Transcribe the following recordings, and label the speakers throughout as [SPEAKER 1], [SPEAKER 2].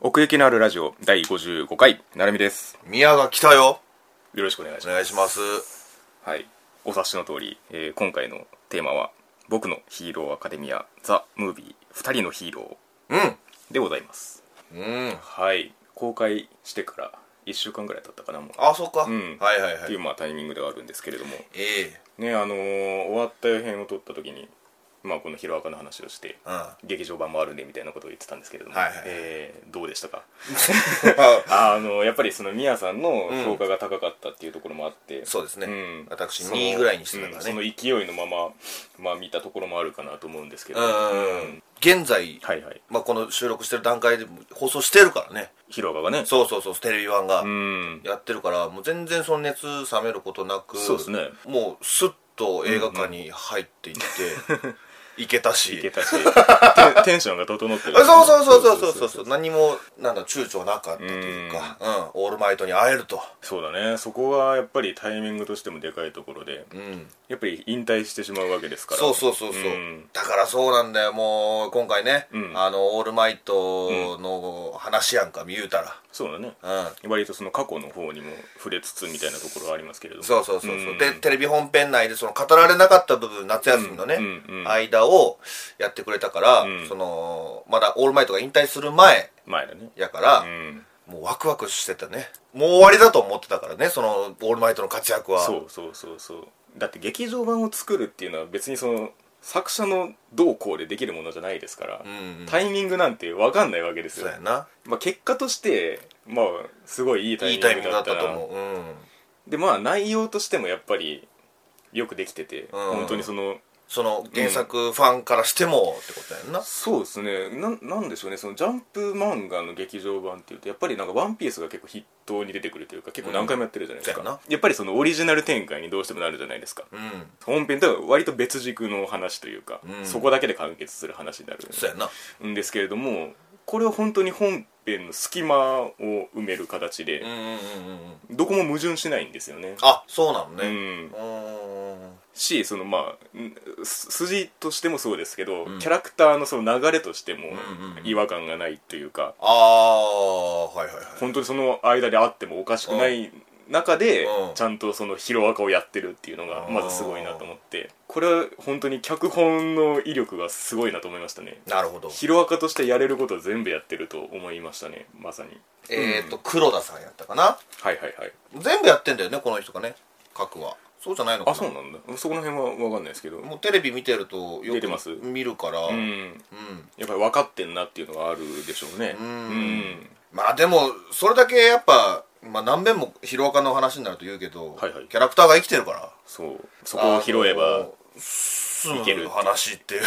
[SPEAKER 1] 奥行きのあるラジオ第55回なるみです
[SPEAKER 2] 宮が来たよ
[SPEAKER 1] よろしくお願いし
[SPEAKER 2] お
[SPEAKER 1] ます
[SPEAKER 2] 願いします
[SPEAKER 1] はいお察しの通り、えー今回のテーマは僕のヒーローアカデミアザ・ムービー二人のヒーロ
[SPEAKER 2] うん
[SPEAKER 1] ーでございます
[SPEAKER 2] うん
[SPEAKER 1] はい公開してから1週間ぐらい経ったかなもう
[SPEAKER 2] あそっか、
[SPEAKER 1] うん
[SPEAKER 2] はいはいは
[SPEAKER 1] っていう
[SPEAKER 2] い
[SPEAKER 1] まあタイミングではあるんですけれども
[SPEAKER 2] ええ
[SPEAKER 1] ねあのー終わった予編を撮った時にまあこのヒロアカの話をして
[SPEAKER 2] うんあ
[SPEAKER 1] 劇場版もあるねみたいなことを言ってたんですけれども、
[SPEAKER 2] はいはいはい
[SPEAKER 1] えーどうでしたかあのやっぱりそのミヤさんの評価が高かったっていうところもあって、
[SPEAKER 2] そうですね、
[SPEAKER 1] うん
[SPEAKER 2] 私
[SPEAKER 1] その
[SPEAKER 2] 2位ぐらいにしてたから
[SPEAKER 1] うん
[SPEAKER 2] ね、
[SPEAKER 1] その勢いのまま、まあ、見たところもあるかなと思うんですけど、
[SPEAKER 2] うん
[SPEAKER 1] うん
[SPEAKER 2] 現在、
[SPEAKER 1] はいはい
[SPEAKER 2] まあ、この収録してる段階でも放送してるからね
[SPEAKER 1] ヒロアカがね
[SPEAKER 2] そうそうそうテレビ版が
[SPEAKER 1] うん
[SPEAKER 2] やってるから、もう全然その熱冷めることなく
[SPEAKER 1] そうですね
[SPEAKER 2] もうスッと映画館に入っていって、 行けたし
[SPEAKER 1] いけたしテンテンションが整ってる
[SPEAKER 2] あそうそうそうそうそうそうそう何もなんだ躊躇なかったというか、うんオールマイトに会えると、
[SPEAKER 1] そうだねそこはやっぱりタイミングとしてもでかいところで
[SPEAKER 2] うん、
[SPEAKER 1] やっぱり引退してしまうわけですから
[SPEAKER 2] そうそうそうそう、
[SPEAKER 1] うん
[SPEAKER 2] だからそうなんだよもう今回ね、
[SPEAKER 1] うん
[SPEAKER 2] あのオールマイトの話やんか見言うた
[SPEAKER 1] そうだね
[SPEAKER 2] ら、うん、
[SPEAKER 1] 割とその過去の方にも触れつつみたいなところはありますけれども
[SPEAKER 2] そうそうそうそう、
[SPEAKER 1] ん
[SPEAKER 2] でテレビ本編内でその語られなかった部分夏休みのね、
[SPEAKER 1] うんうん
[SPEAKER 2] 間をやってくれたから、
[SPEAKER 1] うん
[SPEAKER 2] そのまだオールマイトが引退する前
[SPEAKER 1] 前だね
[SPEAKER 2] やから
[SPEAKER 1] う、ん
[SPEAKER 2] もうワクワクしてたねもう終わりだと思ってたからねそのオールマイトの活躍は
[SPEAKER 1] そうそうそうそうだって劇場版を作るっていうのは別にその作者の動向でできるものじゃないですから、
[SPEAKER 2] んうん
[SPEAKER 1] タイミングなんて分かんないわけです
[SPEAKER 2] そう
[SPEAKER 1] よ
[SPEAKER 2] や、な
[SPEAKER 1] まあ、結果としてまあすごいいいタ
[SPEAKER 2] い
[SPEAKER 1] イ
[SPEAKER 2] い
[SPEAKER 1] ミ
[SPEAKER 2] タイ
[SPEAKER 1] ン
[SPEAKER 2] ミン
[SPEAKER 1] グ
[SPEAKER 2] グ
[SPEAKER 1] だ
[SPEAKER 2] だ
[SPEAKER 1] っ
[SPEAKER 2] ったた
[SPEAKER 1] な
[SPEAKER 2] と思ううん
[SPEAKER 1] でまあ内容としてもやっぱりよくできてて、本当にその
[SPEAKER 2] その原作ファンからしてもってことやんな、
[SPEAKER 1] そうですねななんでしょうねそのジャンプ漫画の劇場版っていうとやっぱりなんか「ワンピースが結構筆頭に出てくるというか結構何回もやってるじゃないですか、
[SPEAKER 2] うんそうや
[SPEAKER 1] やっぱりそのオリジナル展開にどうしてもなるじゃないですか
[SPEAKER 2] うん
[SPEAKER 1] 本編とは割と別軸の話というか、
[SPEAKER 2] うん
[SPEAKER 1] そこだけで完結する話にな
[SPEAKER 2] そうや
[SPEAKER 1] る
[SPEAKER 2] な。
[SPEAKER 1] んですけれどもこれは本当に本編の隙間を埋める形で、
[SPEAKER 2] んうんうんうん。
[SPEAKER 1] どこも矛盾しないんですよね。
[SPEAKER 2] あ、そうなの
[SPEAKER 1] う
[SPEAKER 2] ね。
[SPEAKER 1] ん
[SPEAKER 2] う、ーん。
[SPEAKER 1] しそのまあんす筋としてもそうですけど、
[SPEAKER 2] ん
[SPEAKER 1] キャラクターのその流れとしても
[SPEAKER 2] んうん
[SPEAKER 1] 違和感がないというか、
[SPEAKER 2] ああ、はいはいはい。
[SPEAKER 1] 本当にその間であってもおかしくない中で、
[SPEAKER 2] うん
[SPEAKER 1] ちゃんとそのヒロアカをやってるっていうのが
[SPEAKER 2] うん
[SPEAKER 1] まずすごいなと思ってこれは本当に脚本の威力がすごいなと思いましたね
[SPEAKER 2] なるほど。
[SPEAKER 1] ヒロアカとしてやれることを全部やってると思いましたねまさに
[SPEAKER 2] えっ、ー、と、黒田さんやったかな。
[SPEAKER 1] はいはいはい
[SPEAKER 2] 全部やってんだよね、この人がね。各は。そうじゃないのか
[SPEAKER 1] あ
[SPEAKER 2] な。
[SPEAKER 1] そうなんだそこの辺は分かんないですけど
[SPEAKER 2] もうテレビ見てるとよ
[SPEAKER 1] 出てます
[SPEAKER 2] く見るから。う。
[SPEAKER 1] うんんやっぱり分かってんなっていうのがあるでしょうねうん
[SPEAKER 2] まあでも、それだけやっぱ、まあ何遍もヒロアカの話になると言うけど、
[SPEAKER 1] はいはい
[SPEAKER 2] キャラクターが生きてるから。
[SPEAKER 1] そうそこを拾えば、
[SPEAKER 2] あの、す
[SPEAKER 1] いけるっていう
[SPEAKER 2] 話っていう。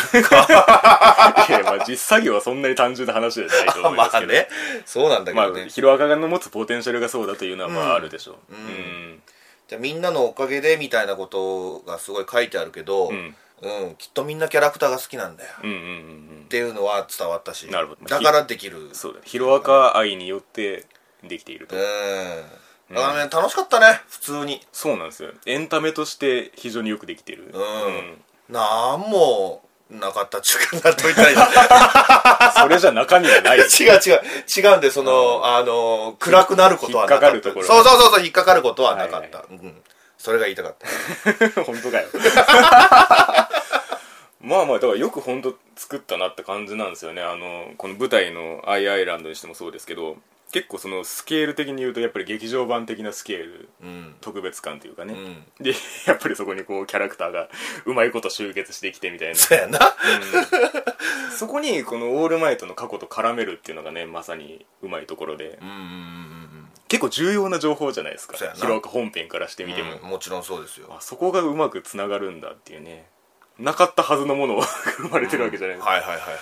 [SPEAKER 1] いやまあ実作業はそんなに単純な話じゃないと思いま
[SPEAKER 2] ますあ
[SPEAKER 1] けど
[SPEAKER 2] ね。そうなんだけ
[SPEAKER 1] ま
[SPEAKER 2] ど
[SPEAKER 1] あ
[SPEAKER 2] ね。
[SPEAKER 1] ヒロアカがの持つポテンシャルがそうだというのはまああるでしょううん、
[SPEAKER 2] じゃあみんなのおかげでみたいなことがすごい書いてあるけど、うんんきっとみんなキャラクターが好きなんだよ、っ
[SPEAKER 1] うんうんうん
[SPEAKER 2] ていうのは伝わったし
[SPEAKER 1] なるほど
[SPEAKER 2] だからできる
[SPEAKER 1] そうだヒロアカ愛によってできていると、
[SPEAKER 2] うんだからね、楽しかったね普通に
[SPEAKER 1] そうなんですよエンタメとして非常によくできているうん
[SPEAKER 2] なんもなかったっちゅうかな といたらいい
[SPEAKER 1] それじゃ中身がない
[SPEAKER 2] 違う違う違うんでその、あの暗くなることはなか
[SPEAKER 1] 引
[SPEAKER 2] った
[SPEAKER 1] っかかるところ
[SPEAKER 2] そうそうそうそう引っかかることはなかった、うん、それが言いたかっ た
[SPEAKER 1] 本当か よまあまあだからよく本当作ったなって感じなんですよねあのこの舞台の「アイアイランド」にしてもそうですけど結構そのスケール的に言うとやっぱり劇場版的なスケール
[SPEAKER 2] うん
[SPEAKER 1] 特別感というかね、
[SPEAKER 2] うん
[SPEAKER 1] でやっぱりそこにこうキャラクターがうまいこと集結してきてみたいな
[SPEAKER 2] そうやな
[SPEAKER 1] そこにこのオールマイトの過去と絡めるっていうのがねまさにうまいところで
[SPEAKER 2] うんうんうん
[SPEAKER 1] 結構重要な情報じゃないですか
[SPEAKER 2] そうやな
[SPEAKER 1] 広岡本編からしてみても、
[SPEAKER 2] うんもちろんそうですよ
[SPEAKER 1] あそこがうまくつながるんだっていうねなかったはずのものが 生まれてるわけじゃないですか、
[SPEAKER 2] はいはいはいはい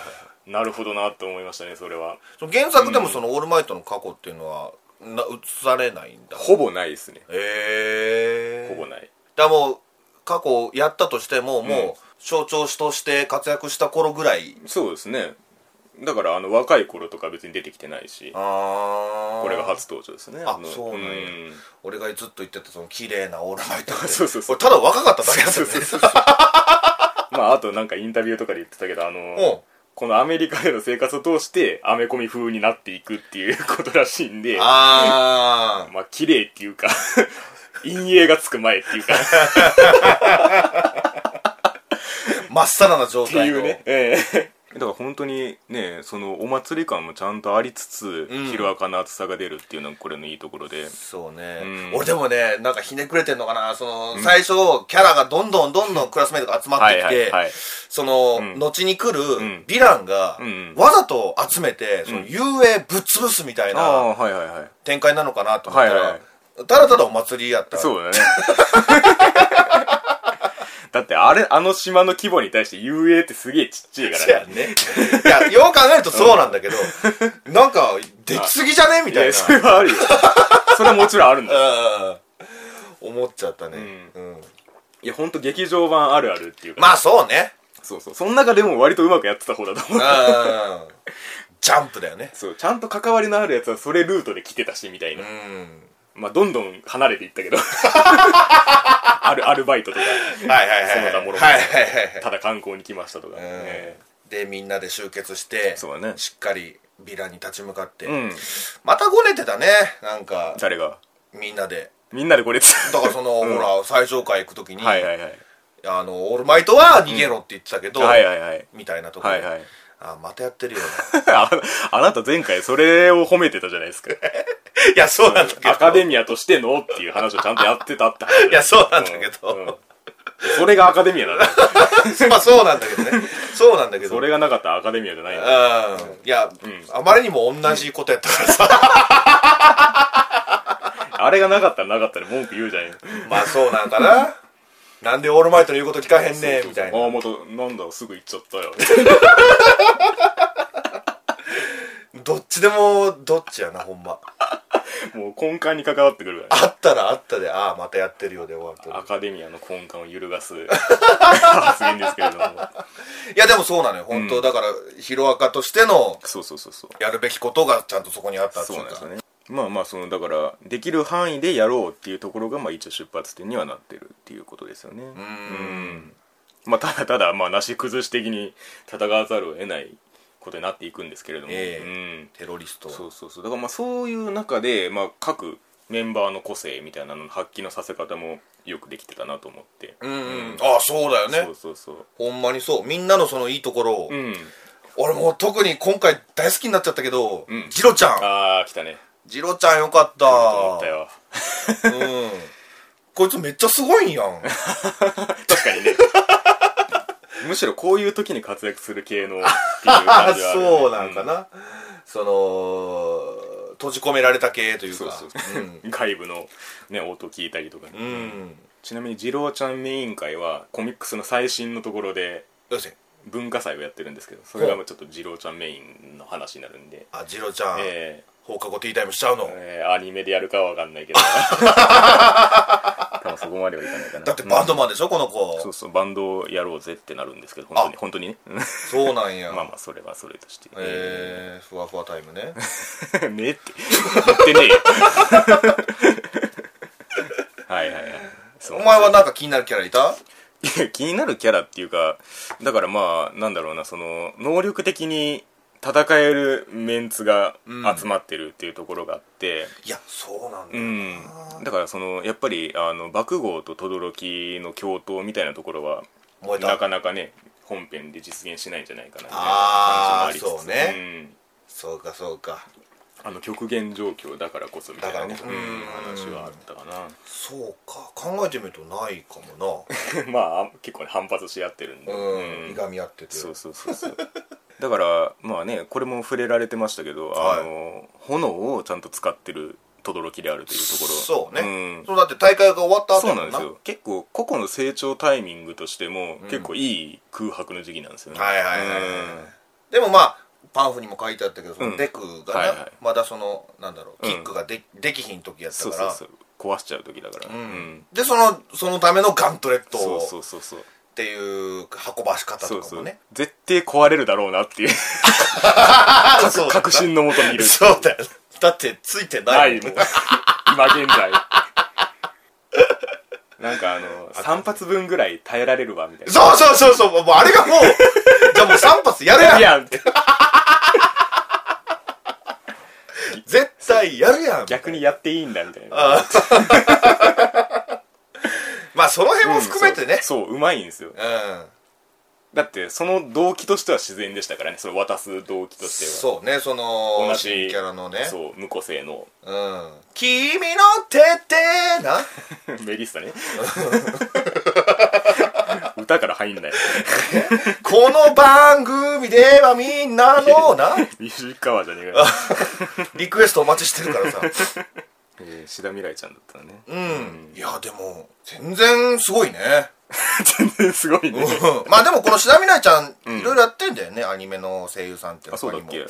[SPEAKER 1] なるほどなと思いましたねそれは
[SPEAKER 2] その原作でもそのオールマイトの過去っていうのはな映されないんだ
[SPEAKER 1] ほぼないですね
[SPEAKER 2] へえ
[SPEAKER 1] ほぼない
[SPEAKER 2] だからもう過去やったとしても、もう象徴として活躍した頃ぐらい
[SPEAKER 1] そうですねだからあの若い頃とか別に出てきてないし
[SPEAKER 2] あ
[SPEAKER 1] これが初登場ですね
[SPEAKER 2] あ
[SPEAKER 1] の
[SPEAKER 2] そうなんや
[SPEAKER 1] ん
[SPEAKER 2] 俺がずっと言ってたその綺麗なオールマイトって
[SPEAKER 1] そうそうそう
[SPEAKER 2] 俺ただ若かっただけだったね
[SPEAKER 1] まああとなんかインタビューとかで言ってたけどあの
[SPEAKER 2] うん
[SPEAKER 1] このアメリカでの生活を通してアメコミ風になっていくっていうことらしいんで
[SPEAKER 2] あ
[SPEAKER 1] まあ綺麗っていうか 陰影がつく前っていうかっ
[SPEAKER 2] ーまっさらな状
[SPEAKER 1] てい
[SPEAKER 2] 態の
[SPEAKER 1] うね、ええだから本当にねそのお祭り感もちゃんとありつつ、
[SPEAKER 2] うん
[SPEAKER 1] 広赤な厚さが出るっていうのがこれのいいところで
[SPEAKER 2] そうね、
[SPEAKER 1] うん
[SPEAKER 2] 俺でもねなんかひねくれてんのかなその、最初キャラがどんどんどんどんクラスメイトが集まってきて、
[SPEAKER 1] い
[SPEAKER 2] その、
[SPEAKER 1] うん
[SPEAKER 2] 後に来る
[SPEAKER 1] ん
[SPEAKER 2] ヴィランが、
[SPEAKER 1] うん
[SPEAKER 2] わざと集めて、その
[SPEAKER 1] うん
[SPEAKER 2] 遊泳ぶっ潰すみたい
[SPEAKER 1] あ
[SPEAKER 2] な
[SPEAKER 1] あはいはいはい
[SPEAKER 2] 展開なのかなと思ったら、
[SPEAKER 1] はいはい
[SPEAKER 2] ただただお祭りやった
[SPEAKER 1] そうだね だってあれあの島の規模に対して遊泳ってすげえちっちゃいか
[SPEAKER 2] そ
[SPEAKER 1] ら
[SPEAKER 2] や
[SPEAKER 1] ね
[SPEAKER 2] ね。いや、よう考えるとそうなんだけど、なんか、できすぎじゃねみ
[SPEAKER 1] い
[SPEAKER 2] たい
[SPEAKER 1] や
[SPEAKER 2] な。
[SPEAKER 1] それはあ るよそれはもちろんあるんだ
[SPEAKER 2] うん思っちゃったね。うん
[SPEAKER 1] いやほんと劇場版あるあるっていうか
[SPEAKER 2] まあ、そうね。
[SPEAKER 1] そうそうその中でも割とうまくやってた方だと
[SPEAKER 2] う
[SPEAKER 1] 思
[SPEAKER 2] ん
[SPEAKER 1] う
[SPEAKER 2] ジャンプだよね。
[SPEAKER 1] そうちゃんと関わりのあるやつはそれルートで来てたしみたいな、
[SPEAKER 2] うん。
[SPEAKER 1] まあどんどん離れていったけど あるアルバイトとか
[SPEAKER 2] はいはいはい。
[SPEAKER 1] その他もろもろ
[SPEAKER 2] はいはいはいは
[SPEAKER 1] ただ観光に来ましたとか、
[SPEAKER 2] いうん
[SPEAKER 1] え
[SPEAKER 2] で、みんなで集結して、
[SPEAKER 1] そうだね
[SPEAKER 2] しっかりビラに立ち向かって、
[SPEAKER 1] えうん
[SPEAKER 2] またごねてたね。なんか、
[SPEAKER 1] 誰が
[SPEAKER 2] みんなで。
[SPEAKER 1] みんなでこれつ
[SPEAKER 2] だからその、
[SPEAKER 1] うん
[SPEAKER 2] ほら、最上階行くときに、
[SPEAKER 1] はいはいはい
[SPEAKER 2] あの、オールマイトは逃げろって言ってたけど、
[SPEAKER 1] はいはいはい
[SPEAKER 2] みたいなところ
[SPEAKER 1] は
[SPEAKER 2] で、
[SPEAKER 1] い はい
[SPEAKER 2] あまたや ってるよ
[SPEAKER 1] ああなた前回それを褒めてたじゃないですか。
[SPEAKER 2] いやそうなんだけど
[SPEAKER 1] アカデミアとしてのっていう話をちゃんとやってたって話。
[SPEAKER 2] いやそうなんだけど
[SPEAKER 1] うんうんそれがアカデミアなんだ。
[SPEAKER 2] まあそうなんだけどねそうなんだけど
[SPEAKER 1] それがなかったらアカデミアじゃないんだ。
[SPEAKER 2] うんいや、あまりにも同じことやったからさ
[SPEAKER 1] あれがなかったらなかったで文句言うじゃん。
[SPEAKER 2] まあそうなんかななんでオールマイトの言うこと聞かへんねんみたい
[SPEAKER 1] あ
[SPEAKER 2] な
[SPEAKER 1] あ、また、なんだ、すぐ行っちゃったよ。
[SPEAKER 2] どっちでもどっちやなほんま
[SPEAKER 1] もう根幹に関わってくるからね。
[SPEAKER 2] あったらあったでああまたやってるよで終わると
[SPEAKER 1] アカデミアの根幹を揺るが す発言ですけれども。
[SPEAKER 2] いやでもそうなのよ本当、だからヒロアカとしての
[SPEAKER 1] そうそうそうそう。
[SPEAKER 2] やるべきことがちゃんとそこにあったって
[SPEAKER 1] そうな
[SPEAKER 2] いうん
[SPEAKER 1] ですよ
[SPEAKER 2] か
[SPEAKER 1] ね。まあまあそのだからできる範囲でやろうっていうところがまあ一応出発点にはなってるっていうことですよねうんまあただただまあなし崩し的に戦わざるを得ないことになっていくんですけれども、
[SPEAKER 2] え
[SPEAKER 1] うん
[SPEAKER 2] テロリスト
[SPEAKER 1] そうそうそうだからまあそういう中でまあ各メンバーの個性みたいなのの発揮のさせ方もよくできてたなと思って
[SPEAKER 2] うん、うん、ああそうだよね
[SPEAKER 1] そうそうそう
[SPEAKER 2] ほんまにそうみんなのそのいいところを、
[SPEAKER 1] うん
[SPEAKER 2] 俺もう特に今回大好きになっちゃったけど、
[SPEAKER 1] うん
[SPEAKER 2] ジロちゃん
[SPEAKER 1] ああ来たね
[SPEAKER 2] ジロちゃんよかった
[SPEAKER 1] と思ったよ
[SPEAKER 2] うんこいつめっちゃすごいん やん
[SPEAKER 1] 確かに ねむしろこういう時に活躍する系のっていう感じはあるよね、
[SPEAKER 2] そうなんかな、その閉じ込められた系というか
[SPEAKER 1] そうそう外部の、ね、音聞いたりとか、
[SPEAKER 2] うん、うん、
[SPEAKER 1] ちなみに二郎ちゃんメイン会はコミックスの最新のところで
[SPEAKER 2] よせ
[SPEAKER 1] 文化祭をやってるんですけどそれがまあちょっと二郎ちゃんメインの話になるんで、
[SPEAKER 2] あジロちゃん、
[SPEAKER 1] え
[SPEAKER 2] 放課後ティータイムしちゃうの、
[SPEAKER 1] ーえーアニメでやるかは分かんない けど多分そこまではいかないかな
[SPEAKER 2] だってバンド
[SPEAKER 1] も、
[SPEAKER 2] マンでしょこの子
[SPEAKER 1] うんそ
[SPEAKER 2] そう
[SPEAKER 1] うそうバンドをやろうぜってなるんですけど本当に
[SPEAKER 2] あ
[SPEAKER 1] 本当にね
[SPEAKER 2] なんや
[SPEAKER 1] まあまあそれはそれとして、
[SPEAKER 2] えー、ふわふわタイムね
[SPEAKER 1] ねって言ってねえよ はいはいはい そ
[SPEAKER 2] お
[SPEAKER 1] う
[SPEAKER 2] 前はなんか気になるキャラいた
[SPEAKER 1] いや気になるキャラっていうかだからまあなんだろうなその能力的に戦えるメンツが集まってるっていうところがあって
[SPEAKER 2] いやそうなんだ
[SPEAKER 1] う
[SPEAKER 2] よ、
[SPEAKER 1] ん、だからそのやっぱりあの爆豪と轟の共闘みたいなところは
[SPEAKER 2] 燃えた
[SPEAKER 1] なかなかね本編で実現しないんじゃないかなみたいな
[SPEAKER 2] あー
[SPEAKER 1] 感じもありつつ
[SPEAKER 2] そうねそうかそうか
[SPEAKER 1] うん、あの極限状況だからこそみたいなね
[SPEAKER 2] だか
[SPEAKER 1] う
[SPEAKER 2] らこそ
[SPEAKER 1] ん
[SPEAKER 2] うん
[SPEAKER 1] 話はあったかな
[SPEAKER 2] そうか考えてみるとないかも
[SPEAKER 1] まあ結構ね反発し合ってるんで、
[SPEAKER 2] なうんいがみ合ってて
[SPEAKER 1] そうそうそうそうだからまあねこれも触れられてましたけど、
[SPEAKER 2] はい
[SPEAKER 1] あの炎をちゃんと使ってる轟であるというところ
[SPEAKER 2] そうね、
[SPEAKER 1] ん
[SPEAKER 2] そうだって大会が終わった後
[SPEAKER 1] そう
[SPEAKER 2] だ
[SPEAKER 1] な
[SPEAKER 2] も
[SPEAKER 1] んですよ結構個々の成長タイミングとしても、結構いい空白の時期なんですよね
[SPEAKER 2] はいはいはいはいはい、
[SPEAKER 1] うん
[SPEAKER 2] でもまあパンフにも書いてあったけどそ
[SPEAKER 1] うん
[SPEAKER 2] のデクが
[SPEAKER 1] は
[SPEAKER 2] ね、
[SPEAKER 1] いはい
[SPEAKER 2] まだそのなんだろう
[SPEAKER 1] うん
[SPEAKER 2] キックがで,、できひん時やった
[SPEAKER 1] そう
[SPEAKER 2] か
[SPEAKER 1] そう
[SPEAKER 2] ら
[SPEAKER 1] そう壊しちゃう時だから、
[SPEAKER 2] うん
[SPEAKER 1] うん
[SPEAKER 2] でそのそのためのガントレット
[SPEAKER 1] そうそ
[SPEAKER 2] を
[SPEAKER 1] うそうそう
[SPEAKER 2] っていう運ばし方
[SPEAKER 1] そ
[SPEAKER 2] と
[SPEAKER 1] う
[SPEAKER 2] か
[SPEAKER 1] そ
[SPEAKER 2] も
[SPEAKER 1] う
[SPEAKER 2] ね
[SPEAKER 1] 絶対壊れるだろうな っていう
[SPEAKER 2] あそうだ
[SPEAKER 1] 確信のもと見る
[SPEAKER 2] そうだよだってついてな
[SPEAKER 1] ないい
[SPEAKER 2] も
[SPEAKER 1] も
[SPEAKER 2] ん
[SPEAKER 1] ん今現在なんかあの3発分ぐらい耐えられるわみたいな
[SPEAKER 2] そうそうそうそうもうもうあれが もうじゃあもう3発やるやん
[SPEAKER 1] いやんって
[SPEAKER 2] 絶対やるやん
[SPEAKER 1] 逆にやっていいんだみたいな
[SPEAKER 2] まあその辺も含めて
[SPEAKER 1] う
[SPEAKER 2] ね
[SPEAKER 1] ん、そうそううまいんですよ
[SPEAKER 2] うん
[SPEAKER 1] だってその動機としては自然でしたからねそれ渡す動機としては
[SPEAKER 2] そうねその
[SPEAKER 1] 同
[SPEAKER 2] 新
[SPEAKER 1] じ
[SPEAKER 2] キャラのねう、
[SPEAKER 1] そう無個性の
[SPEAKER 2] ん、君の手ってな
[SPEAKER 1] メリッサ ね歌から入んない
[SPEAKER 2] この番組ではみんなのな
[SPEAKER 1] 西川じゃねえかよ
[SPEAKER 2] リクエストお待ちしてるからさ
[SPEAKER 1] えー志田未来ちゃんだったらね
[SPEAKER 2] うん、いやでも全然すごいね
[SPEAKER 1] 全然すごいね
[SPEAKER 2] うんまあでもこの志田未来ちゃん、いろいろやってんだよねアニメの声優さんって
[SPEAKER 1] あそうだっ
[SPEAKER 2] も
[SPEAKER 1] け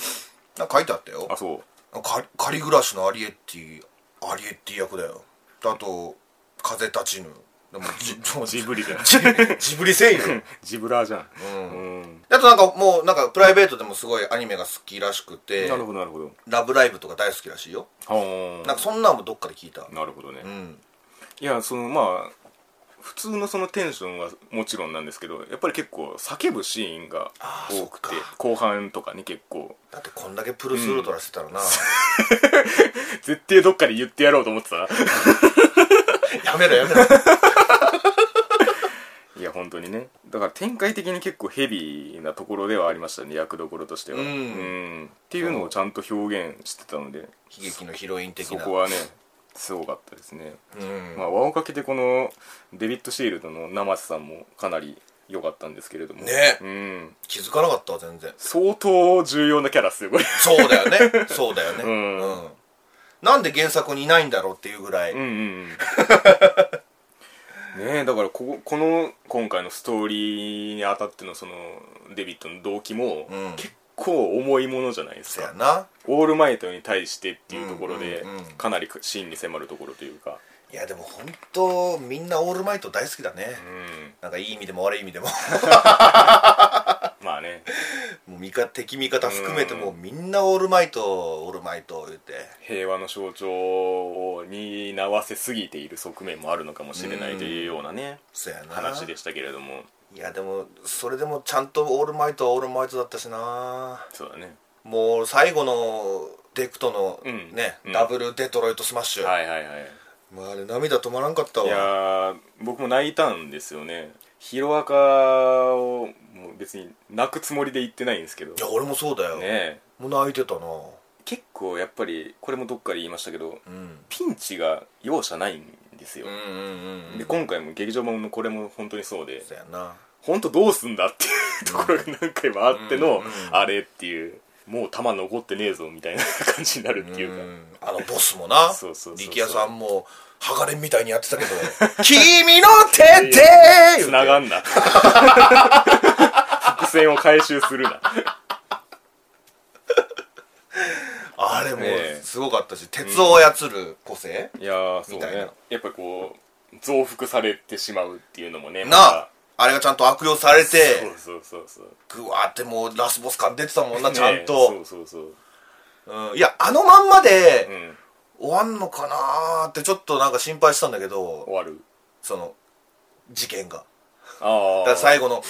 [SPEAKER 2] なんか書いてあったよ
[SPEAKER 1] あそう
[SPEAKER 2] か仮暮らしのアリエッティアリエッティ役だよあと「風立ちぬ」でもジ
[SPEAKER 1] ジブリじゃない
[SPEAKER 2] ジブリ声優
[SPEAKER 1] ジブラーじゃん
[SPEAKER 2] うん
[SPEAKER 1] うん
[SPEAKER 2] あとなんかもうなんかプライベートでもすごいアニメが好きらしくて
[SPEAKER 1] なるほどなるほど
[SPEAKER 2] 「ラブライブ!」とか大好きらしいよ
[SPEAKER 1] はあ
[SPEAKER 2] なんかそんなんもどっかで聞いた
[SPEAKER 1] なるほどね
[SPEAKER 2] うん
[SPEAKER 1] いやそのまあ普通のそのテンションはもちろんなんですけどやっぱり結構叫ぶシーンが
[SPEAKER 2] あー
[SPEAKER 1] 多くて
[SPEAKER 2] そっか
[SPEAKER 1] 後半とかね結構
[SPEAKER 2] だってこんだけプルスウルトラしてたらな、
[SPEAKER 1] 絶対どっかで言ってやろうと思ってた
[SPEAKER 2] やめろやめろ
[SPEAKER 1] いや本当にねだから展開的に結構ヘビーなところではありましたね役どころとしては
[SPEAKER 2] うん
[SPEAKER 1] んっていうのをちゃんと表現してたので
[SPEAKER 2] 悲劇のヒロイン的
[SPEAKER 1] そ
[SPEAKER 2] な
[SPEAKER 1] こはねすごかったですね
[SPEAKER 2] うん
[SPEAKER 1] まあ、輪をかけてこのデビッド・シールドの生瀬さんもかなり良かったんですけれども
[SPEAKER 2] ね
[SPEAKER 1] うん
[SPEAKER 2] 気づかなかったわ全然
[SPEAKER 1] 相当重要なキャラっすよ これ
[SPEAKER 2] そうだよねそうだよね
[SPEAKER 1] うん
[SPEAKER 2] うんなんで原作にいないんだろうっていうぐらい、
[SPEAKER 1] うんうんうんねえだからこここの今回のストーリーにあたってのそのデビッドの動機も、
[SPEAKER 2] うん
[SPEAKER 1] 結構重いものじゃないです
[SPEAKER 2] そや
[SPEAKER 1] か
[SPEAKER 2] な
[SPEAKER 1] オールマイトに対してっていうところで、
[SPEAKER 2] うんうんうん
[SPEAKER 1] かなり真に迫るところというか
[SPEAKER 2] いやでも本当みんなオールマイト大好きだね、
[SPEAKER 1] うん
[SPEAKER 2] なんかいい意味でも悪い意味でも
[SPEAKER 1] まあね
[SPEAKER 2] もう味方敵味方含めてもうみんなオールマイトオールマイト言って
[SPEAKER 1] 平和の象徴を担わせすぎている側面もあるのかもしれないというようなね、
[SPEAKER 2] そやな
[SPEAKER 1] 話でしたけれども
[SPEAKER 2] いやでもそれでもちゃんとオールマイトはオールマイトだったしな
[SPEAKER 1] そうだね
[SPEAKER 2] もう最後のデクトの
[SPEAKER 1] うん
[SPEAKER 2] ね、
[SPEAKER 1] うん
[SPEAKER 2] ダブルデトロイトスマッシュ、
[SPEAKER 1] はいはいはい
[SPEAKER 2] まあ、あれ涙止まらんかった
[SPEAKER 1] いや
[SPEAKER 2] わ
[SPEAKER 1] ー僕も泣いたんですよねヒロアカをもう別に泣くつもりで言ってないんですけど
[SPEAKER 2] いや俺もそうだよ、
[SPEAKER 1] ね
[SPEAKER 2] もう泣いてたな
[SPEAKER 1] 結構やっぱりこれもどっかで言いましたけど
[SPEAKER 2] うん
[SPEAKER 1] ピンチが容赦ないんですよ
[SPEAKER 2] うん、うんうんうん
[SPEAKER 1] で今回も劇場版のこれも本当にそうで
[SPEAKER 2] そうやな
[SPEAKER 1] 本当どうすんだっていうところが何回もあっての、
[SPEAKER 2] うんうん
[SPEAKER 1] あれっていうもう弾残ってねえぞみたいな感じになるっていうか、
[SPEAKER 2] うんあのボスもな
[SPEAKER 1] そうそうそうそう
[SPEAKER 2] 力也さんも鋼みたいにやっ てたけど「君の手で!」
[SPEAKER 1] つなが んな伏線を回収するな
[SPEAKER 2] あれも
[SPEAKER 1] ええ
[SPEAKER 2] すごかったし鉄を操る個性、
[SPEAKER 1] いやーそう
[SPEAKER 2] みたい
[SPEAKER 1] ね
[SPEAKER 2] な
[SPEAKER 1] やっぱこう増幅されてしまうっていうのもね
[SPEAKER 2] なああれがちゃんと悪用され
[SPEAKER 1] そう
[SPEAKER 2] て
[SPEAKER 1] そうそうそう
[SPEAKER 2] ぐわーってもうラスボス感出てたもんな
[SPEAKER 1] ね
[SPEAKER 2] ちゃん
[SPEAKER 1] そ
[SPEAKER 2] と、
[SPEAKER 1] うそうそう
[SPEAKER 2] うん、いやあのまんまで
[SPEAKER 1] うん
[SPEAKER 2] 終わんのかなーってちょっとなんか心配したんだけど
[SPEAKER 1] 終わる
[SPEAKER 2] その事件が
[SPEAKER 1] あ
[SPEAKER 2] だ
[SPEAKER 1] あ
[SPEAKER 2] から最後の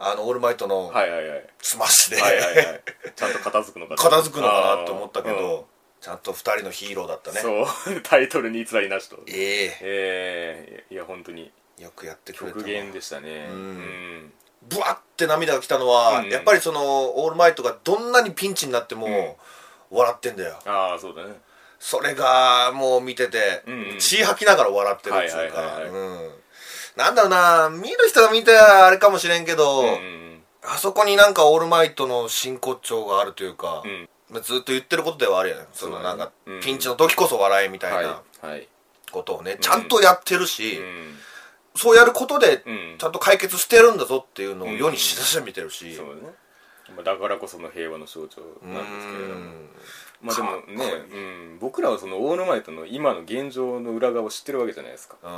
[SPEAKER 2] あのオールマイトの
[SPEAKER 1] はいはいはい
[SPEAKER 2] スマッシュで、
[SPEAKER 1] はいはいはいちゃんと片付くのか
[SPEAKER 2] 片付くのかなって思ったけ
[SPEAKER 1] あー
[SPEAKER 2] ど、ちゃんと二人のヒーローだったね
[SPEAKER 1] そうタイトルに偽りなしと
[SPEAKER 2] ええ
[SPEAKER 1] えー、いや本当に
[SPEAKER 2] よくやってくれ
[SPEAKER 1] 極
[SPEAKER 2] たわ
[SPEAKER 1] 限でしたね
[SPEAKER 2] う
[SPEAKER 1] うんん
[SPEAKER 2] ブワッて涙が来たのは、
[SPEAKER 1] うん
[SPEAKER 2] やっぱりそのオールマイトがどんなにピンチになっても、笑ってんだよ
[SPEAKER 1] ああそうだね
[SPEAKER 2] それがもう見てて、
[SPEAKER 1] うんうん
[SPEAKER 2] 血吐きながら笑ってるっていう
[SPEAKER 1] はい
[SPEAKER 2] か
[SPEAKER 1] はいはい
[SPEAKER 2] うんなんだろうな見る人が見たらあれかもしれんけど、
[SPEAKER 1] うんうん
[SPEAKER 2] あそこになんかオールマイトの真骨頂があるというか、
[SPEAKER 1] ん
[SPEAKER 2] まあずっと言ってることではあるよねそ
[SPEAKER 1] そうだ
[SPEAKER 2] の
[SPEAKER 1] ね
[SPEAKER 2] なんか、
[SPEAKER 1] うん
[SPEAKER 2] ピンチの時こそ笑えみたいな
[SPEAKER 1] はいはい
[SPEAKER 2] ことをね、ちゃんとやってるし、
[SPEAKER 1] うん
[SPEAKER 2] そうやることで
[SPEAKER 1] うん
[SPEAKER 2] ちゃんと解決してるんだぞっていうのを世に知らしめてるし、
[SPEAKER 1] そうだねまあだからこその平和の象徴なんですけれどもまあでもね、うん、僕らはそのオールマイトの今の現状の裏側を知ってるわけじゃないですか
[SPEAKER 2] う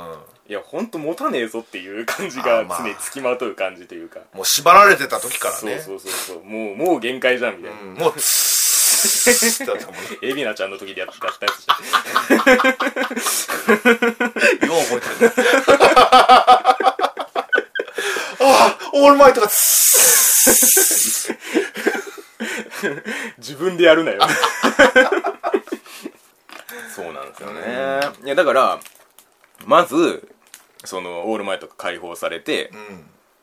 [SPEAKER 2] ん
[SPEAKER 1] いやほんと持たねえぞっていう感じ
[SPEAKER 2] あ
[SPEAKER 1] が
[SPEAKER 2] まあ
[SPEAKER 1] 常につきまとう感じというか、
[SPEAKER 2] もう縛られてた時からね
[SPEAKER 1] そうそうそうそうもうもう限界じゃんみたいな、
[SPEAKER 2] うんもうツーッてなったもんね
[SPEAKER 1] エビナちゃんの時でやってたやつじゃん
[SPEAKER 2] よう覚えてるオールマイトがツーッ
[SPEAKER 1] 自分でやるなよ そうなんですよね、いやだからまずそのオールマイトが解放されて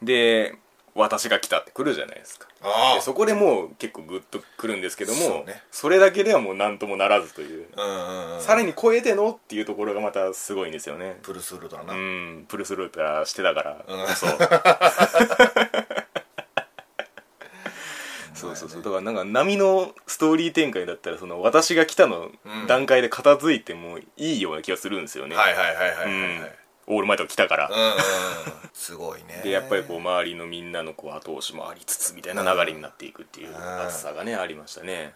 [SPEAKER 2] う、ん
[SPEAKER 1] で私が来たって来るじゃないですか
[SPEAKER 2] あ
[SPEAKER 1] で
[SPEAKER 2] あ
[SPEAKER 1] そこでもう結構グッと来るんですけども
[SPEAKER 2] そ
[SPEAKER 1] そ,、
[SPEAKER 2] うね
[SPEAKER 1] れだけではもう何ともならずという、
[SPEAKER 2] うんうんうん
[SPEAKER 1] さらに超えてのっていうところがまたすごいんですよね
[SPEAKER 2] プルスウルトラな、
[SPEAKER 1] うんプルスルーターしてたから、
[SPEAKER 2] うん
[SPEAKER 1] そう そうそうそうだからなんか波のストーリー展開だったらその私が来たの段階で片付いてもいいような気がするんですよね、
[SPEAKER 2] はいはいはいはいは
[SPEAKER 1] う
[SPEAKER 2] い、
[SPEAKER 1] ん、オールマイトが来たから、
[SPEAKER 2] うんうんうんすごいね
[SPEAKER 1] でやっぱりこう周りのみんなのこう後押しもありつつみたいな流れになっていくっていう熱さがねありましたね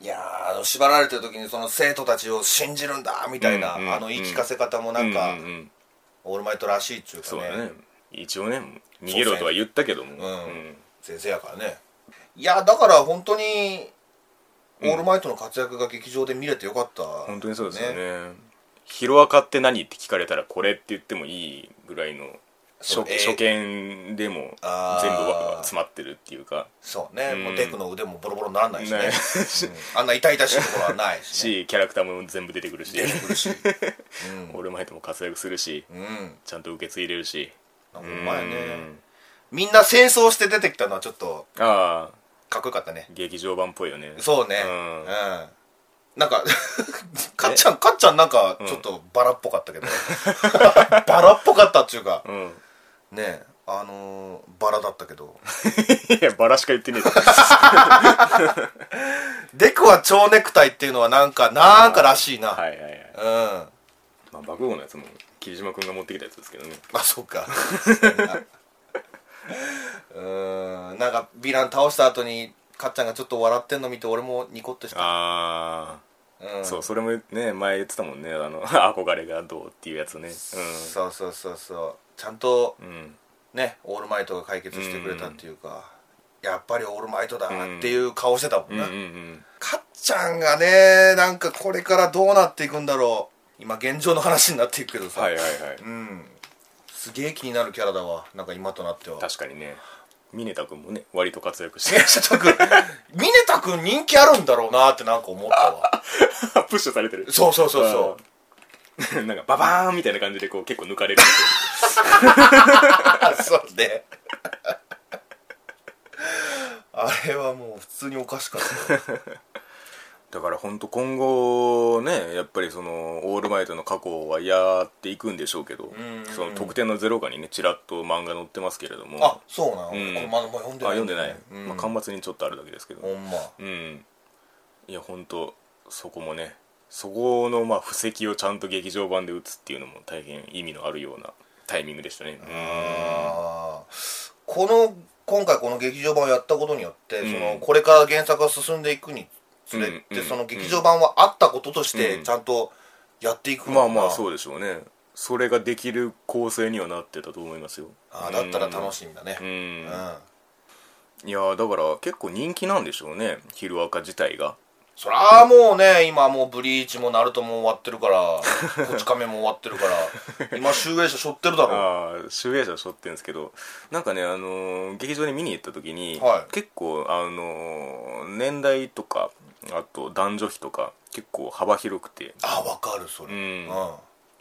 [SPEAKER 2] いやーあの縛られてる時にその生徒たちを信じるんだみたいな、
[SPEAKER 1] うんうんうん
[SPEAKER 2] あの言い聞かせ方もなんか、
[SPEAKER 1] うううん
[SPEAKER 2] オールマイトらしいっちゅうか
[SPEAKER 1] そう
[SPEAKER 2] ね
[SPEAKER 1] だね一応ね逃げろとは言ったけども、
[SPEAKER 2] うん
[SPEAKER 1] うん
[SPEAKER 2] 先生やからねいやだから本当にオールマイトの活躍が劇場で見れてよかった、
[SPEAKER 1] 本当にそうですよねヒロアカって何って聞かれたらこれって言ってもいいぐらいの初
[SPEAKER 2] そうえー
[SPEAKER 1] 初見でも
[SPEAKER 2] あー
[SPEAKER 1] 全部わ詰まってるっていうか
[SPEAKER 2] そうね、
[SPEAKER 1] うん
[SPEAKER 2] もうデクの腕もボロボロにならないしね
[SPEAKER 1] ない
[SPEAKER 2] うんあんな痛々しいところはないし,、ね、
[SPEAKER 1] しキャラクターも全部出てくるし
[SPEAKER 2] 出てくるし
[SPEAKER 1] オールマイトも活躍するし
[SPEAKER 2] うん、うん、
[SPEAKER 1] ちゃんと受け継いでるし
[SPEAKER 2] なんかお前
[SPEAKER 1] う
[SPEAKER 2] ね
[SPEAKER 1] ん
[SPEAKER 2] みんな戦争して出てきたのはちょっと
[SPEAKER 1] ああ
[SPEAKER 2] かっこよかったね
[SPEAKER 1] 劇場版っぽいよね
[SPEAKER 2] そうねう、
[SPEAKER 1] うんん
[SPEAKER 2] な んかかっちゃんかっちゃんなんかちょっとバラっぽかったけど、 バラっぽかったっていうか
[SPEAKER 1] うん
[SPEAKER 2] ねあのーバラだったけど
[SPEAKER 1] いやバラしか言ってねえぞ
[SPEAKER 2] デクは蝶ネクタイっていうのはなんかなんからしいな、
[SPEAKER 1] はいはいはい、
[SPEAKER 2] うんあ
[SPEAKER 1] まあ、爆豪のやつも霧島君が持ってきたやつですけどね
[SPEAKER 2] そうか うんなんかヴィラン倒した後にかっちゃんがちょっと笑ってんの見て俺もニコッとした
[SPEAKER 1] ああ、
[SPEAKER 2] うん
[SPEAKER 1] そうそれもね前言ってたもんねあの 憧れがどうっていうやつね
[SPEAKER 2] そうそうそうそうちゃんと
[SPEAKER 1] うん、うん、
[SPEAKER 2] ねオールマイトが解決してくれたっていうか、やっぱりオールマイトだっていう顔してたも
[SPEAKER 1] うんん
[SPEAKER 2] な、
[SPEAKER 1] うんうん
[SPEAKER 2] かっちゃんがねなんかこれからどうなっていくんだろう今現状の話になっていくけどさ、
[SPEAKER 1] はいはいはい
[SPEAKER 2] うんすげえ気になるキャラだわなんか今となっては
[SPEAKER 1] 確かにね峰田君もね割と活躍し
[SPEAKER 2] いや
[SPEAKER 1] て
[SPEAKER 2] ちょっと君峰田君人気あるんだろうなってなんか思ったわ
[SPEAKER 1] プッシュされてる
[SPEAKER 2] そうそうそうそう
[SPEAKER 1] なんか ババーンみたいな感じでこう結構抜かれるんですよ
[SPEAKER 2] う そうね あれはもう普通におかしか ったよ
[SPEAKER 1] だから本当今後ねやっぱりそのオールマイトの過去はやっていくんでしょうけど、
[SPEAKER 2] ん
[SPEAKER 1] その特典のゼロ化にねちらっと漫画載ってますけれども
[SPEAKER 2] あそうな
[SPEAKER 1] う
[SPEAKER 2] の、
[SPEAKER 1] ん
[SPEAKER 2] これまだまだ読んで
[SPEAKER 1] あ
[SPEAKER 2] ない
[SPEAKER 1] 読んでない、
[SPEAKER 2] うん
[SPEAKER 1] まあ、間伐にちょっとあるだけですけど
[SPEAKER 2] ほんま
[SPEAKER 1] うんいや本当そこもねそこのまあ布石をちゃんと劇場版で打つっていうのも大変意味のあるようなタイミングでしたね
[SPEAKER 2] あーこの今回この劇場版をやったことによって、
[SPEAKER 1] うん
[SPEAKER 2] そのこれから原作が進んでいくにつれて、
[SPEAKER 1] うんうん
[SPEAKER 2] その劇場版はあったこととして
[SPEAKER 1] うん
[SPEAKER 2] ちゃんとやっていく
[SPEAKER 1] う
[SPEAKER 2] の
[SPEAKER 1] ん
[SPEAKER 2] か
[SPEAKER 1] ま
[SPEAKER 2] な
[SPEAKER 1] あまあそうでしょうねそれができる構成にはなってたと思いますよ
[SPEAKER 2] あーだったら楽しみだね
[SPEAKER 1] うん、
[SPEAKER 2] う、
[SPEAKER 1] うんん、いやーだから結構人気なんでしょうね昼赤自体が
[SPEAKER 2] そらもうね今もうブリーチもナルトも終わってる から「こち亀」も終わってるから今集英社背負ってるだろ
[SPEAKER 1] ああ集英社しょってんですけどなんかね、あのー劇場で見に行った時に、
[SPEAKER 2] はい
[SPEAKER 1] 結構、あのー年代とかあと男女比とか結構幅広くて
[SPEAKER 2] あわかるそれ
[SPEAKER 1] う
[SPEAKER 2] うん
[SPEAKER 1] ん、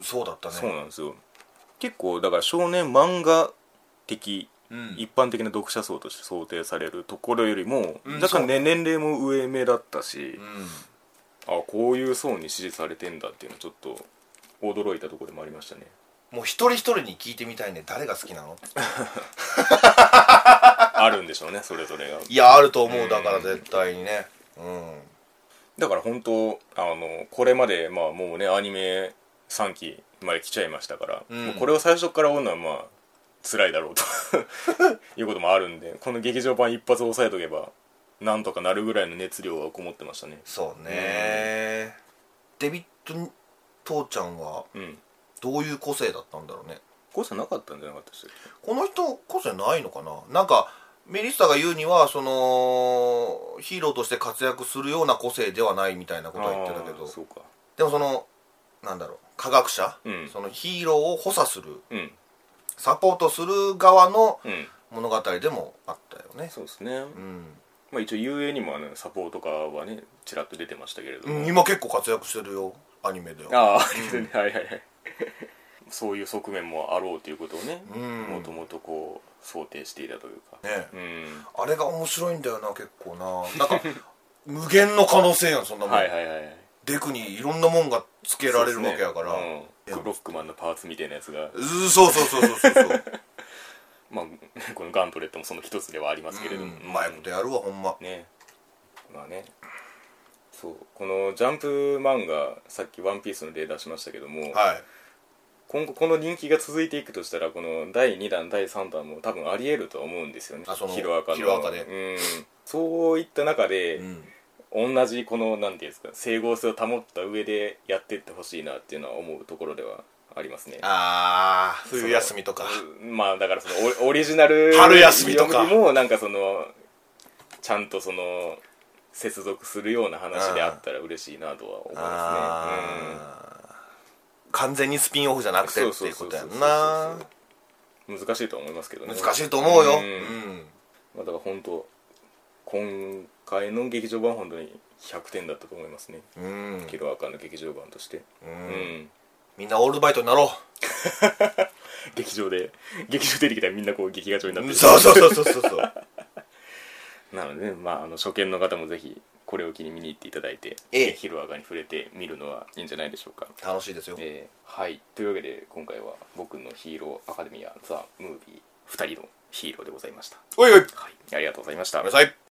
[SPEAKER 2] そうだったね
[SPEAKER 1] そうなんですよ結構だから少年漫画的、
[SPEAKER 2] うん
[SPEAKER 1] 一般的な読者層として想定されるところよりも、
[SPEAKER 2] うん
[SPEAKER 1] だから、
[SPEAKER 2] そ
[SPEAKER 1] ね、年齢も上目だったし
[SPEAKER 2] う、ん
[SPEAKER 1] あこういう層に支持されてんだっていうのちょっと驚いたところでもありましたね
[SPEAKER 2] もう一人一人に聞いてみたいね誰が好きなの
[SPEAKER 1] あるんでしょうねそれぞれが
[SPEAKER 2] いやあると思うだから絶対にねうん
[SPEAKER 1] だから本当あのこれまで、まあ、もうねアニメ3期まで来ちゃいましたから、
[SPEAKER 2] うん
[SPEAKER 1] もうこれを最初から追うのはまあ辛いだろうと いうこともあるんでこの劇場版一発押さえとけばなんとかなるぐらいの熱量がこもってましたね
[SPEAKER 2] そうね、デビッド父ちゃんは
[SPEAKER 1] うん
[SPEAKER 2] どういう個性だったんだろうね
[SPEAKER 1] こうじゃなかったんじゃなかったでしたっ
[SPEAKER 2] この人個性ないのかななんかメリッサが言うにはそのヒーローとして活躍するような個性ではないみたいな
[SPEAKER 1] け
[SPEAKER 2] ことは言ってたけ
[SPEAKER 1] あー
[SPEAKER 2] ど
[SPEAKER 1] そうか
[SPEAKER 2] でもそのなんだろう科学者、
[SPEAKER 1] うん
[SPEAKER 2] そのヒーローを補佐する
[SPEAKER 1] うん
[SPEAKER 2] サポートする側の
[SPEAKER 1] うん
[SPEAKER 2] 物語でもあったよね
[SPEAKER 1] そうですね、
[SPEAKER 2] うん、
[SPEAKER 1] まあ、一応遊泳にもあのサポートとかはねちらっと出てましたけれども、
[SPEAKER 2] うん今結構活躍してるよアニメでは
[SPEAKER 1] ああ、はいはいはいそういう側面もあろうということをね
[SPEAKER 2] うん
[SPEAKER 1] もともとこう想定していたというか、
[SPEAKER 2] ね
[SPEAKER 1] うん
[SPEAKER 2] あれが面白いんだよな結構ななんか 無限の可能性やんそんなもん、
[SPEAKER 1] はいはいはい
[SPEAKER 2] デクにいろんなもんがつけられるわけやから
[SPEAKER 1] そうですねうんロックマンのパーツみたいなやつが、
[SPEAKER 2] うーそうそうそうそうそうそう
[SPEAKER 1] まあ、 このガントレットもその一 つではありますけれど
[SPEAKER 2] う
[SPEAKER 1] も、
[SPEAKER 2] んうまいことやるわほんま
[SPEAKER 1] ねまあねそうこのジャンプ漫画さっき「ワンピースの例出しましたけども、
[SPEAKER 2] はい
[SPEAKER 1] 今後この人気が続いていくとしたらこの第2弾第3弾も多分ありえるとは思うんですよね
[SPEAKER 2] あその
[SPEAKER 1] ヒロアカの
[SPEAKER 2] ヒロアカで
[SPEAKER 1] うん、そういった中で、
[SPEAKER 2] うん
[SPEAKER 1] 同じこのなんていうんですか整合性を保った上でやっていってほしいなっていうのは思うところではありますね
[SPEAKER 2] ああ冬休みとか
[SPEAKER 1] うんまあだからそのオリオリジナル
[SPEAKER 2] 春休みとか
[SPEAKER 1] よりもなんかそのちゃんとその接続するような話であったら嬉しいなとは思いま
[SPEAKER 2] あー完全にスピンオフじゃなく
[SPEAKER 1] す
[SPEAKER 2] て
[SPEAKER 1] ね、う
[SPEAKER 2] っ
[SPEAKER 1] ん、
[SPEAKER 2] ていうことやん
[SPEAKER 1] そう
[SPEAKER 2] な
[SPEAKER 1] そうそうそう難しいとは思いますけどね
[SPEAKER 2] 難しいと思うよ
[SPEAKER 1] う
[SPEAKER 2] うんん、
[SPEAKER 1] まあ、だから本当今回の劇場版は本当に100点だったと思いますね、
[SPEAKER 2] うん
[SPEAKER 1] キロアカの劇場版としてうん、
[SPEAKER 2] みんなオールバイトになろ
[SPEAKER 1] 劇場で劇場出てきたらみんなこう劇画調になって
[SPEAKER 2] う
[SPEAKER 1] る
[SPEAKER 2] そうそうそうそうそうそう
[SPEAKER 1] なのでね、まあ、あの初見の方もぜひこれを機に見に行っていただいて、
[SPEAKER 2] ええ
[SPEAKER 1] ヒロアカに触れてみるのはいいんじゃないでしょうか、
[SPEAKER 2] 楽しいですよ
[SPEAKER 1] えーはいというわけで今回は僕のヒーローアカデミア・ザ・ムービー2人のヒーローでございました、
[SPEAKER 2] おいおい
[SPEAKER 1] はい、ありがとうございました
[SPEAKER 2] ごめんなさい